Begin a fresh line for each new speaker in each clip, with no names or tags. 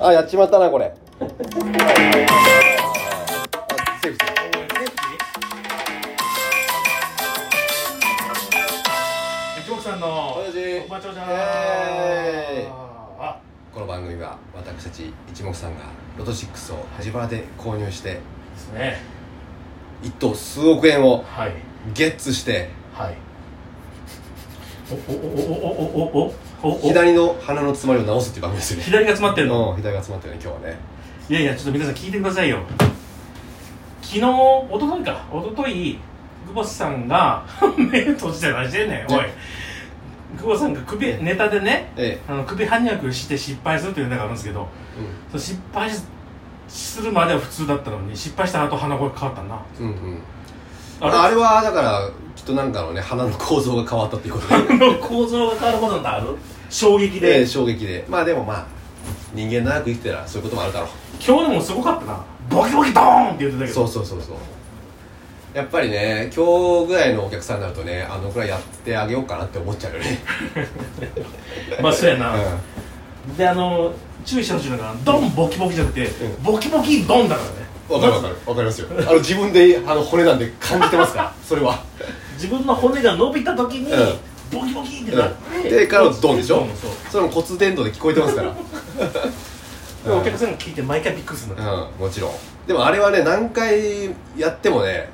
あやっちまったなこれあセーフセーフ
一目さんの
親父
おばちょうじゃん
イエーイ
あ
この番組は私たち一目さんがロト6を自腹で購入して
ですね
一等数億円を
はい
ゲッツして
はいおおおおおおおおお
左の鼻の詰まりを直すっていう番組ですよね
左が詰まってるの
うん左が詰まってるね今日はね
いやいやちょっと皆さん聞いてくださいよ昨日一昨日か一昨日久保さんが目閉じて何してんねんおい久保さんが首ネタでね
え
あの首反逆して失敗するというネタがあるんですけど
え
その失敗するまでは普通だったのに失敗した後鼻声変わったな
うんうんうん
あれ
あれはだからきっとなんかのね鼻の構造が変わったっていうことで
の構造が変わることなんてある衝 撃
で
で、
衝撃でまあでもまあ人間長く生きてたらそういうこともあるだろう
今日でもすごかったなボキボキドーンって言ってたけ
そ
ど
うそうそうそうやっぱりね今日ぐらいのお客さんになるとねあのくらいやってあげようかなって思っちゃうよね、
まあそうや
う
な、
ん、
であの注意してほしいのがドンボキボキじゃなくて、
うん
ボキボキドンだからね
わかるわかるわかりますよあの自分であの骨なんで感じてます からそれは、
自分の骨が伸びた時に、
うん
ボキボキってなって、
うん、でからのドンでしょ
そう
それも骨伝導で聞こえてますから
でお客さんが聞いて毎回びっくりするんだ、
うんもちろんでもあれはね何回やってもね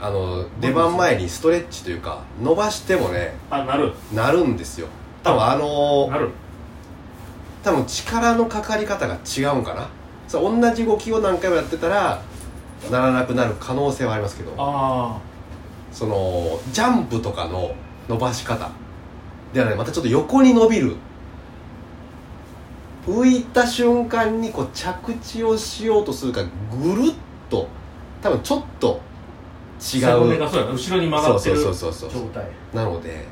うん
あの出番前にストレッチというか伸ばしてもね
あなる
なるんですよ多分あの
なる
多分力のかかり方が違うんかなそう同じ動きを何回もやってたらならなくなる可能性はありますけど
あ
そのジャンプとかの伸ばし方ではねまたちょっと横に伸びる浮いた瞬間にこう着地をしようとするからぐるっと多分ちょっと
あ
違
背骨
う
がそうやな後ろに曲
そ
が
う
っ
そ
て
う
る
そうそうそう
状態
なので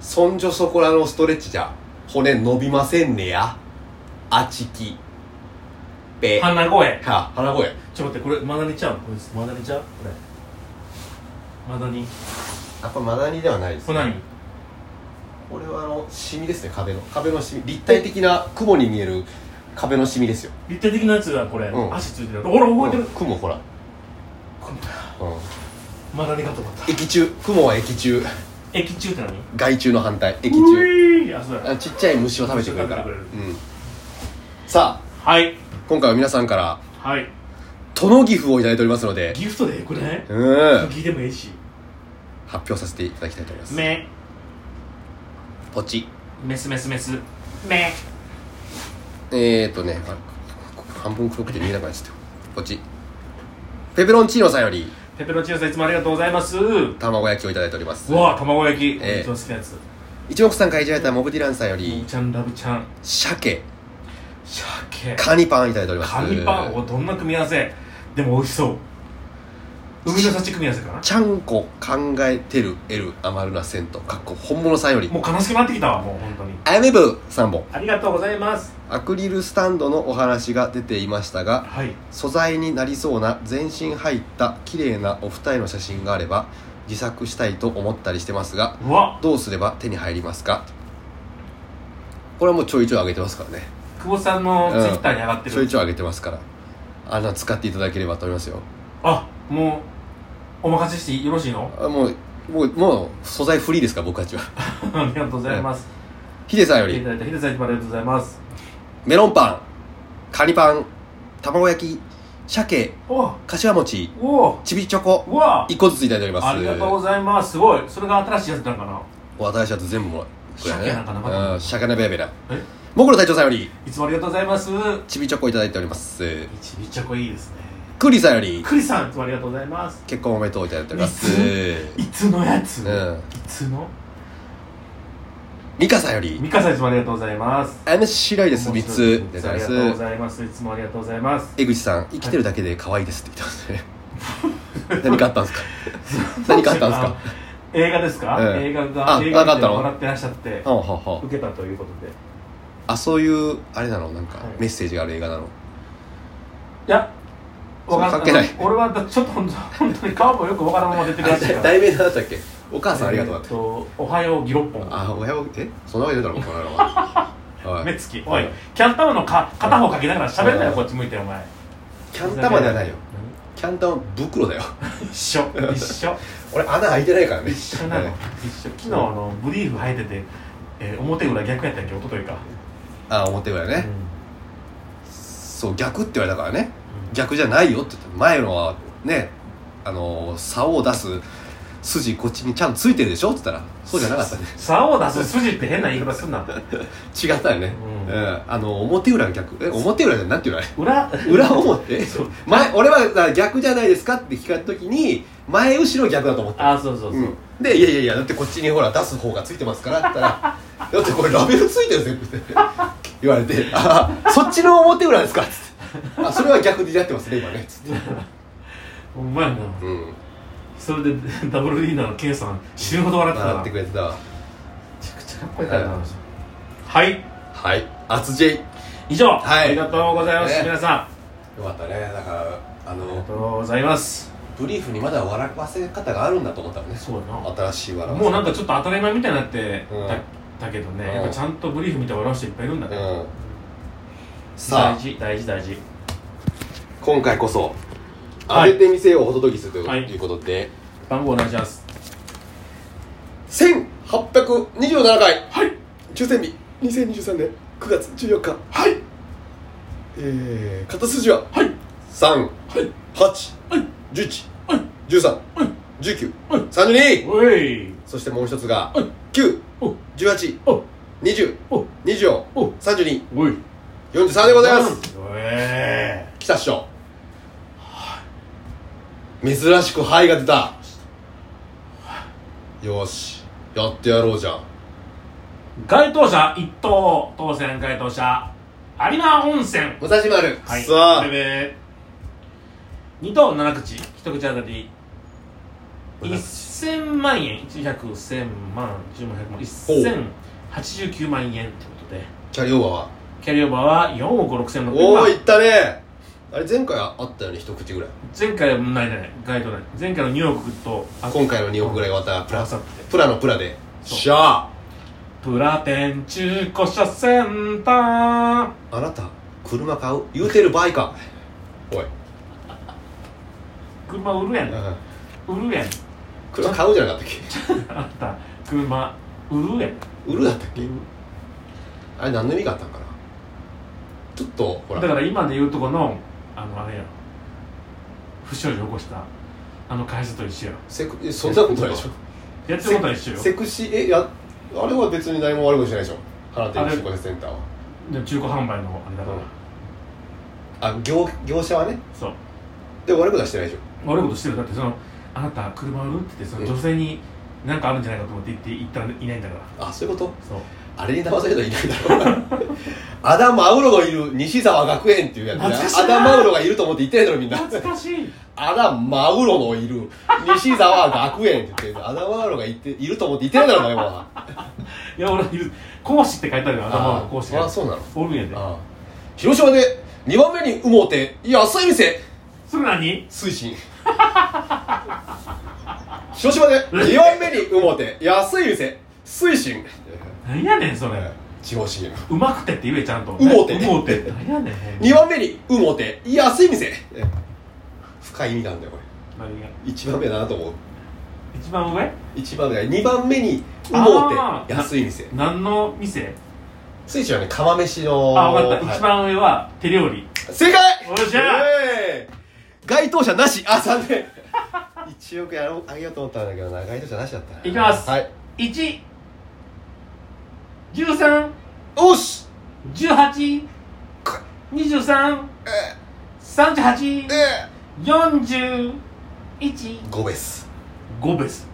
そんじょそこらのストレッチじゃ骨伸びませんねやあちきぺは
鼻声
鼻声
ちょっと待ってこれマダニちゃうこいつマダニちゃうこれマダニ
やっぱマダニではないです
これ何
これはあのシミですね壁の壁のシミ立体的な雲に見える壁のシミですよ、
立体的なやつがこれ、
うん
足ついてるほら動いてる、
うん雲ほら、
こんな
うん、
マダニかと思った
液中雲は液中
液中って何
害虫の反対液
う
中
いーあそうだ
あちっちゃい虫を食べてくれるから、う
食べ
ん
て、
さあ
はい
今回は皆さんから
はい
トのギフをいただいておりますので
ギフトでよくない
うん
聞いてもええし
発表させていただきたいと思います
メ
ポチ
メスメスメスメ
えー、っとねあここ半分黒くて見えなくなっちゃったよポチペペロンチーノさんより
ペペロンチーノさんいつもありがとうございますう
卵焼きをいただいております
わあ卵焼き、
ええ
一番好きなやつ
一目散んからいじられたモブディランさんよ
いい
り
ちゃんラブちゃん
鮭
鮭
カニパンいただいております
カニパンおどんな組み合わせでも美味しそう海の幸組み合わせかな
ちゃんこ考えてる L 余るなせんとかっこ本物さんより
もう悲しくなってきたわもう本当に
アメブ3本
ありがとうございます
アクリルスタンドのお話が出ていましたが
はい
素材になりそうな全身入った綺麗なお二人の写真があれば自作したいと思ったりしてますが
うわ
どうすれば手に入りますかこれはもうちょいちょい上げてますからね
久保さんのツイッターに上がって
ちょい
る
ちょい上げてますからあの使っていただければと思いますよ
あもうお任せしてよろしいの
あもうもうもう素材フリーですから僕たちは
ありがとうございます
ヒデさんよ
来てい
り
ただいたヒデさんいつもありがとうございます
メロンパンカニパン卵焼き鮭
お
かしわ餅
お
ちびチョコ
うわ
1個ずついただいております
ありがとうございますすごいそれが新しいやつなんかな
私は全部もらうこれ
鮭なんかなかった
ねうん鮭鍋やべな
え
もぐろ隊長さんより
いつもありがとうございます
ちびチョコいただいております
ちびちゃこいいですね
クリさんより
クリさんいつもありがとうございます
結婚おめでとういただいております
いつのやつ、
う
い
ん
つの
ミカさんより
ミカさんいつもありがとうございます
あの白いです
面
3
白
つ
いですありがとうございますいつもありがとうございます
江口さん生きてるだけで可愛いですって言ってますね 何かあったんですか何かあったんですか
映画ですか、
ええ
映画が
あ
映
なんかあっ
画で
たの
笑ってらっしゃって
あはは
受けたということで
あそういうあれなのなんか
はい
メッセージがある映画なの
いやわかん
関係ない
あの俺はちょっと本当本当に顔もよくわからんまま出てくらっし ゃるから
題名だったっけお母さんありがとうだ
え
っ
ー
て
とおはようギロッポン
あ親をえそんなわけ出たのこの間ははい
べつきおい
うん
キャンタマのか片方かけながら喋るなよこっち向いてお前
キャン玉じゃないよキャン玉袋だよ
一緒一緒
俺穴開いてないからね
一緒なの
はい
一緒昨日あのブリーフ履いてて、えー表裏逆やったっけ一昨日か、
あ表裏
うん
ね、そう逆って言われたからね逆じゃないよって言って前のはねあのー竿を出す筋こっちにちゃんとついてるでしょって言ったらそうじゃなかったね
竿を出す筋って変な言い方すんな
違ったよね、う
う
んんあの表裏が逆え表裏じゃなんて言うのあれ
裏
裏表
そう
前俺はだから逆じゃないですかって聞かれた時に前後ろ逆だと思った
あそうそうそう、
うんでいやいやいやだってこっちにほら出す方がついてますからって言った ら「だってこれラベルついてる全部」って言われて「ああそっちの表裏ですか」っつってあ「それは逆でやってますね今ね」つって
ほんまやな
うん
それで ダブルリーダーのケンさん死ぬほど笑ってたな
笑って
め
くれてたわ
ちゃくちゃかっこいいからなはい、
はい厚 J よ
以上、
はい
ありがとうございます、
ね
皆さ
かったねだからあ
んあ
の
りがとうございます
ブリーフにまだ笑わせ方があるんだと思ったもんね
そうやな
新しい笑わせ
もうなんかちょっと当たり前みたいになってた,、
うん
けどね、
うん
やっぱちゃんとブリーフ見て笑う人いっぱいいるんだね、
うんさ
大
あ
事大事大事
今回こそ当
はい
ててみせようお届けすると
はい
いうことで、
番号お願いします
1827回
はい
抽選日2023年9月14日
はい
えー、片筋は
はい
3、
はい
8、
はい
11、
はい
13、
はい
19、
はい
32
おい
そしてもう一つが
はい
9、
お
18、
お
20、
お
24、
お
32、
おい
43でございます
おえ
来たっしょ珍しく「はい」が出たよしやってやろうじゃん
該当者一等当選該当者有馬温泉
武蔵丸、
はい。
さあ
ベベ2等7口、1口当たり、
うん
1000万円、100、1000万、10万、100万、1089万円ってことで、
キャリーオーバーは
キャリーオーバーは4億6000万
おおい
円。
ったねあれ前回あったよね一口ぐらい
前回はないじゃない、ガイドない。前回の2億と、あ
今回の2億ぐらいまたプ
合わ
ラ
さって。
プラのプラで
そう
しゃあ
プラテン中古車センター。
あなた車買う言うてる場合かおい、
車売るやん。売るやん。
車買うじゃなかったっけ
あんた、車売るやん。
売るだったっけあれ何の意味があったんかなちょっとほら
だから今で言うとこのあのあれや不祥事起こしたあの会社と一緒や
セクえそんなことないでしょ
やってることは一緒よ
セクシーえやあれは別に何も悪いことしてないでしょ花店中古センターは
で中古販売のあれだから、
うんあ業業者はね
そう
で悪いことはしてないでしょ
悪いことしてるだってそのあなた車売るって言ってその
うん
女性に何かあるんじゃないかと思って言って行ったらいないんだから
あそういうこと
そう
あれに騙されたらいないだろう なアダム・アウロがいる西沢学園っていうやつね
懐かしい
ア
な
ダム・アウロがいると思って言ってないだろみんな
懐かしい
アダム・アウロのいる西沢学園って言ってアダム・アウロがいていると思って言ってないだろお前はい
や俺講師って書いてあるよ頭
あ
の講師
あ
が
そうなの
おるんやで
ああ広島で2番目に羽毛て野菜店
それ何
推 進広島で2番目に羽毛て安い店推進
何やねんそれ
地方 CM
うまくてって言えちゃんと
うもうて
うもうて何やねんほんま
2番目に羽毛て安い店深い意味があるんだよこ
何が
れ1番目だなと思う
一番上
1番目だ2番目に羽
あ
毛て
ー
安い店
何の店
推進はね釜飯の
あ、分かった。
はい
一番上は手料理。
正解
おっしゃ
イエーイ該当者なしあ残念1億やろうあげようと思ったんだけどな該当者なしだった
いきます
はい
1、13、
おっし
18、23、38、
え
41、
ー、5です
5です。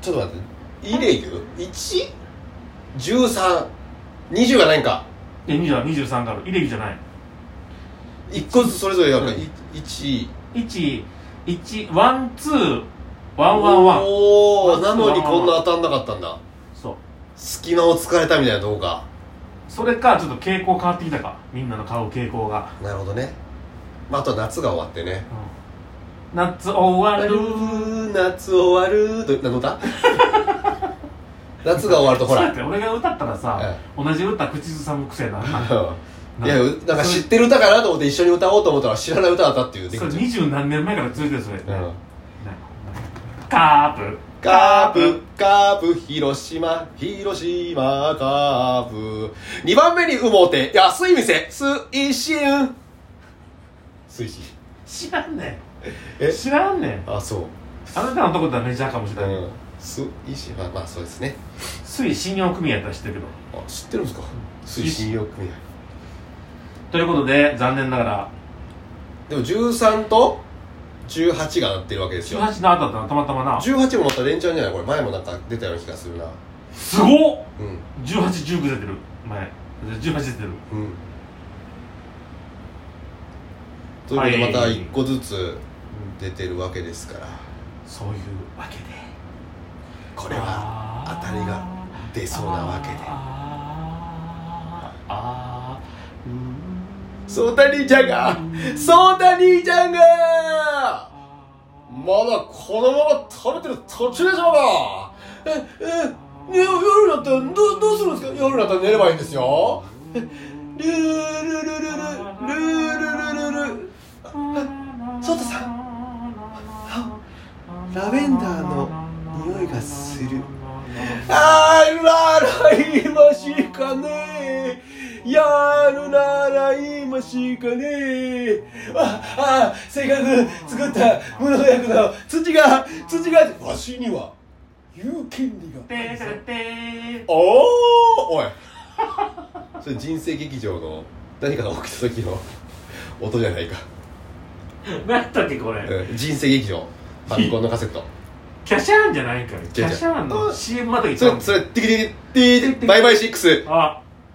ちょっと待っていい例いく ?11320 がないんか
え、20 23がある。イレギじゃない。
1個ずつそれぞれやるから
うん
1
1、1、ワン、ツー、ワン、ワン、ワン。
お
ワ
お
ン
なのにこんな当たんなかったんだ
そう。
隙間を突かれたみたいな動画
それか、ちょっと傾向変わってきたか。みんなの買う傾向が。
なるほどねまあ、あと夏が終わってね
うん夏終わ る。
夏終わると何の歌夏が終わるとほ
そうや
ら
って俺が歌ったらさ、同じ歌口ずさむ癖だな
いやなんか知ってる歌かなと思って一緒に歌おうと思ったら知らない歌だったっていうでき
それ
ちゃう
二十何年前から続いてるそれ、ね
うん
カープ
カープ、カープ、広島、広島、カープ。2番目に羽毛て、安い店、水深。水深。
知らんねん
え
知らんねん
あ、そう。
あなたのとこではメジャーかもしれないけ
う
ど
ん。水深、まあ、まあ、そうですね。
水信用組合やったら知ってるけど
あ、知ってるんですか水深よく見ない。
ということで残念ながら
でも13と18がなってるわけですよ。
18の後だったなたまたまな
18もまた連チャンじゃないこれ前もなんか出たような気がするな。
すごっ
うん。
1819出てる前18出てる
うん。ということ
は
で
い
また1個ずつ出てるわけですから。
そういうわけで
こ
こ
れは当たりが出そうなわけで
あーあーうーん
そうた兄ちゃんがそうた兄ちゃんがまだこのまま食べてる途中でしょうがええ夜夜になったらどどうするんですか夜になったら寝ればいいんですよえルールルルルルルルルル
ソ
ソ
ー
ー
タ
タ
さ
さん
んラ
ラ
ベ
ベ
ン
ン
ダー
ダー
の
の
匂
匂
い
い
が
が
す
す
る
る
あ
あらら今しかねえやるなら今しかねえああせっかく作った無農薬の土が土がわしには有権利があるぞおおおいそれ人生劇場の何かが起きた時の音じゃないか、
何やったっけこれ
うん、人生劇場ファミコンのカセット
キャシャーンじゃないんかいキャシャーンの
あ
CM また来ち
そ
ゃう
れそれティキティキティバイバイシックス
あ